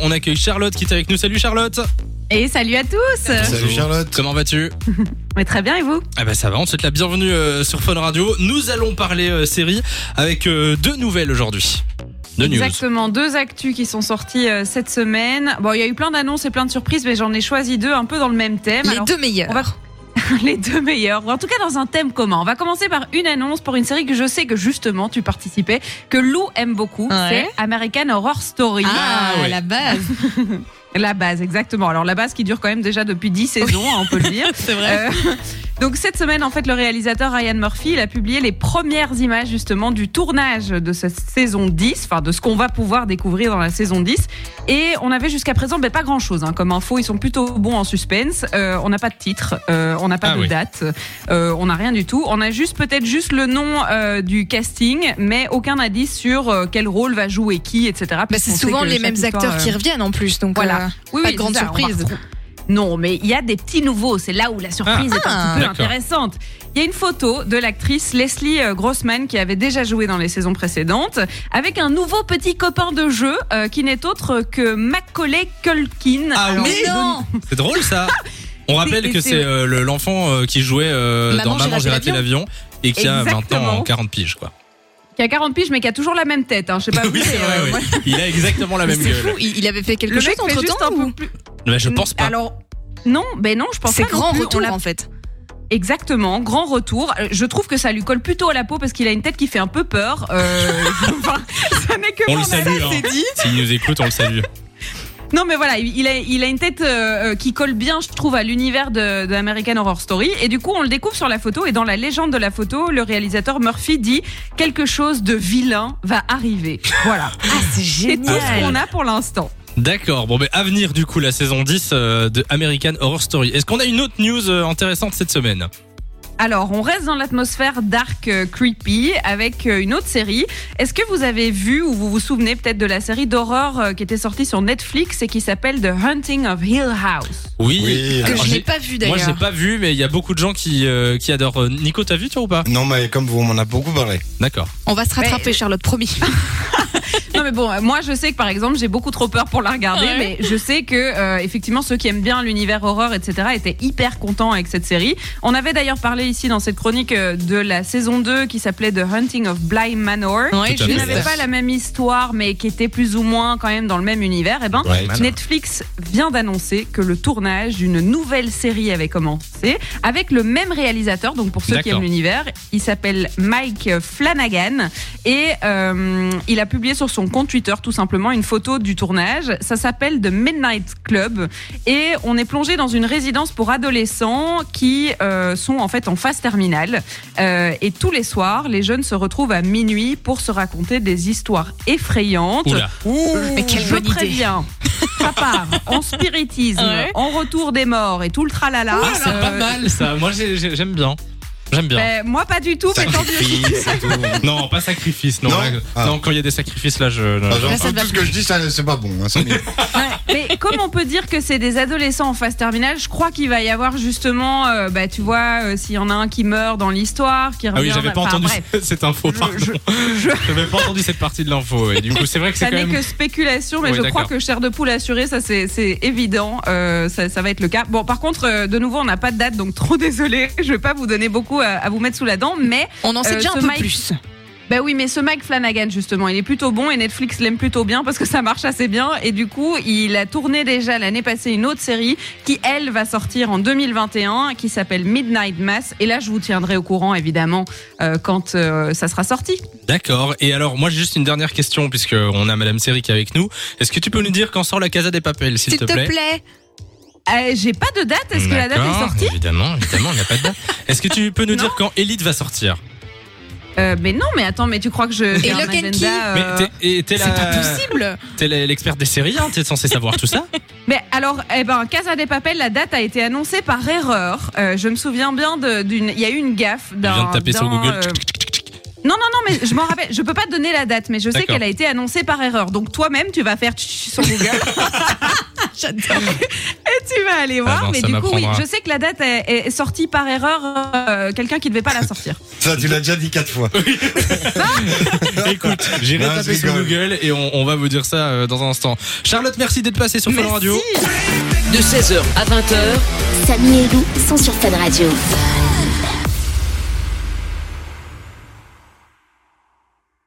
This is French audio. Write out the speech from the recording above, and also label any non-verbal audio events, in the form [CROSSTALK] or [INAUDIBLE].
On accueille Charlotte qui est avec nous. Salut Charlotte Et salut à tous Salut. Salut Charlotte. Comment vas-tu Mais Très bien et vous Ah bah ça va, on te souhaite la bienvenue euh, sur Fun Radio. Nous allons parler euh, série avec euh, deux nouvelles aujourd'hui. Deux news. Exactement, deux actus qui sont sortis euh, cette semaine. Bon, il y a eu plein d'annonces et plein de surprises, mais j'en ai choisi deux un peu dans le même thème. Les Alors, deux meilleurs. on va- [LAUGHS] les deux meilleurs, ou en tout cas dans un thème commun. On va commencer par une annonce pour une série que je sais que justement tu participais, que Lou aime beaucoup. Ouais. C'est American Horror Story. Ah, Ah, ouais. la base. [LAUGHS] La base, exactement. Alors la base qui dure quand même déjà depuis 10 saisons, hein, on peut le [LAUGHS] dire. C'est Euh, donc cette semaine, en fait, le réalisateur Ryan Murphy, il a publié les premières images justement du tournage de cette saison 10, enfin de ce qu'on va pouvoir découvrir dans la saison 10. Et on avait jusqu'à présent ben, pas grand-chose hein, comme info, ils sont plutôt bons en suspense. Euh, on n'a pas de titre, euh, on n'a pas Ah de oui. date, euh, on n'a rien du tout. On a juste peut-être juste le nom euh, du casting, mais aucun indice sur euh, quel rôle va jouer qui, etc. Bah, puisqu'on c'est sait souvent que les chaque mêmes histoire, acteurs qui euh, reviennent en plus, donc Voilà. euh, oui, pas oui, de grande c'est ça, on va surprise. retrouver- Non, mais il y a des petits nouveaux. C'est là où la surprise est un Ah, petit peu d'accord. intéressante. Il y a une photo de l'actrice Leslie euh, Grossman qui avait déjà joué dans les saisons précédentes avec un nouveau petit copain de jeu euh, qui n'est autre que Macaulay Culkin. Ah Alors, oui. Mais non C'est drôle ça On rappelle C'est- que c'est- c'est euh, le- l'enfant euh, qui jouait euh, Maman, dans j'ai Maman j'ai raté raté l'avion et qui a Exactement. maintenant 40 piges quoi. Qui a 40 piges mais qui a toujours la même tête. Hein. Je sais pas. vous, [LAUGHS] Oui, c'est mais, vrai, euh, oui. moi, Il a exactement la Mais même c'est fou, gueule. il il avait fait quelque Le chose mec fait entre juste un temps peu ou... plus. Mais je pense pas. Alors. Non, ben non, je pense C'est pas. non grand plus. On retour l'a en fait. Exactement, grand retour. Euh, Je trouve que ça lui colle plutôt à la peau parce qu'il a une tête qui fait un peu peur. Euh, [LAUGHS] enfin, ça n'est que On mon le avis. salue, hein. S'il nous écoute, on le salue. Non, mais voilà, il a, il a une tête euh, euh, qui colle bien, je trouve, à l'univers de, de American Horror Story. Et du coup, on le découvre sur la photo. Et dans la légende de la photo, le réalisateur Murphy dit quelque chose de vilain va arriver. Voilà, [LAUGHS] Ah, c'est c'est tout ce génial. qu'on a pour l'instant. D'accord, bon, mais à venir du coup la saison 10 euh, de American Horror Story. Est-ce qu'on a une autre news euh, intéressante cette semaine Alors, on reste dans l'atmosphère dark euh, creepy avec euh, une autre série. Est-ce que vous avez vu ou vous vous souvenez peut-être de la série d'horreur euh, qui était sortie sur Netflix et qui s'appelle The Hunting of Hill House Oui, Oui, Que alors je j'ai- n'ai pas vu Moi, je l'ai d'ailleurs. pas vu, mais il y a beaucoup de gens qui, euh, qui adorent. Euh, Nico, t'as vu, toi ou pas Non, mais comme vous, on m'en a beaucoup parlé. D'accord. On va se rattraper, Charlotte, promis. Non mais bon, euh, moi je sais que par exemple j'ai beaucoup trop peur pour la regarder, Ouais. mais je sais que euh, effectivement ceux qui aiment bien l'univers horreur, etc., étaient hyper contents avec cette série. On avait d'ailleurs parlé ici dans cette chronique euh, de la saison 2 qui s'appelait The Hunting of Bly Manor. [LAUGHS] Ouais, Tout à Qui fait. juste. n'avait pas la même histoire, mais qui était plus ou moins quand même dans le même univers. Et ben, Ouais, Manor. Netflix vient d'annoncer que le tournage d'une nouvelle série avait commencé avec le même réalisateur. Donc pour ceux qui D'accord. aiment l'univers, il s'appelle Mike Flanagan et euh, il a publié sur son compte Twitter tout simplement une photo du tournage. Ça s'appelle The Midnight Club et on est plongé dans une résidence pour adolescents qui euh, sont en fait en phase terminale. Euh, et tous les soirs, les jeunes se retrouvent à minuit pour se raconter des histoires effrayantes. Oula. Mais quelle Je bonne idée. préviens, Ça part en spiritisme, Ouais. en retour des morts et tout le tralala. Ah, c'est Euh, pas mal ça. Moi, j'ai- j'ai- j'aime bien. J'aime bien. ben, moi pas du tout, mais tant mieux. Sacrifice et tout. [LAUGHS] Bah, Non, pas sacrifice. Non, Euh. Non là, Ah. non, quand il y a des sacrifices, là, je. non, Ah, je- genre, Là, ça tout va ce que je dis, ça, c'est pas bon. hein, ça [LAUGHS] m'est- Mais comme on peut dire que c'est des adolescents en phase terminale, je crois qu'il va y avoir justement, euh, bah, tu vois, euh, s'il y en a un qui meurt dans l'histoire, qui Ah revient. oui, j'avais pas enfin, entendu bref. cette info. Pardon. [LAUGHS] J'avais pas entendu cette partie de l'info. Et du coup, c'est vrai que c'est Ça quand n'est même. que spéculation, mais Ouais, je crois d'accord. que chair de poule assurée, ça c'est c'est évident, euh, ça, ça va être le cas. Bon, par contre, euh, de nouveau, on n'a pas de date, donc trop désolé, je vais pas vous donner beaucoup à, à vous mettre sous la dent, mais On en sait Euh, déjà ce un peu Mike- plus. bah oui, mais ce Mike Flanagan justement, il est plutôt bon et Netflix l'aime plutôt bien parce que ça marche assez bien et du coup, il a tourné déjà l'année passée une autre série qui elle va sortir en 2021 qui s'appelle Midnight Mass et là je vous tiendrai au courant évidemment euh, quand euh, ça sera sorti. D'accord. Et alors, moi, j'ai juste une dernière question, puisque on a Madame Série qui est avec nous. Est-ce que tu peux nous dire quand sort la Casa des Papels, s'il S'il te plaît Euh, J'ai pas de date, est-ce que la date est D'accord, sortie Évidemment, évidemment, on n'a pas de date. Est-ce que tu peux nous dire quand Elite va sortir Euh, mais non, mais attends, mais tu crois que je. j'ai un Lock and agenda, Key Mais euh, t'es, et t'es C'est pas la, possible. t'es la- l'experte des séries, hein, t'es censé savoir tout [LAUGHS] ça. Mais alors, eh ben, Casa des Papel, la date a été annoncée par erreur. Euh, je me souviens bien de- d'une. Il y a eu une gaffe Je d'un. viens de taper sur d'un, Google. euh, Non, non, non, mais je m'en rappelle. Je peux pas te donner la date, mais je sais D'accord. qu'elle a été [LAUGHS] annoncée par erreur. Donc toi-même, tu vas faire tch- tch- sur Google J'adore. et tu tu vas aller Ah voir. non, mais ça du coup, oui, m'apprendra. je sais que la date est, est sortie par erreur, euh, quelqu'un qui devait pas la sortir. Ça, tu l'as déjà dit quatre fois. Écoute, j'irai Non, taper je sur rigole. Google et on, on va vous dire ça euh, dans un instant. Charlotte, merci d'être passée sur Fun Radio. De 16h à 20h, Samy et Lou sont sur Fan Radio.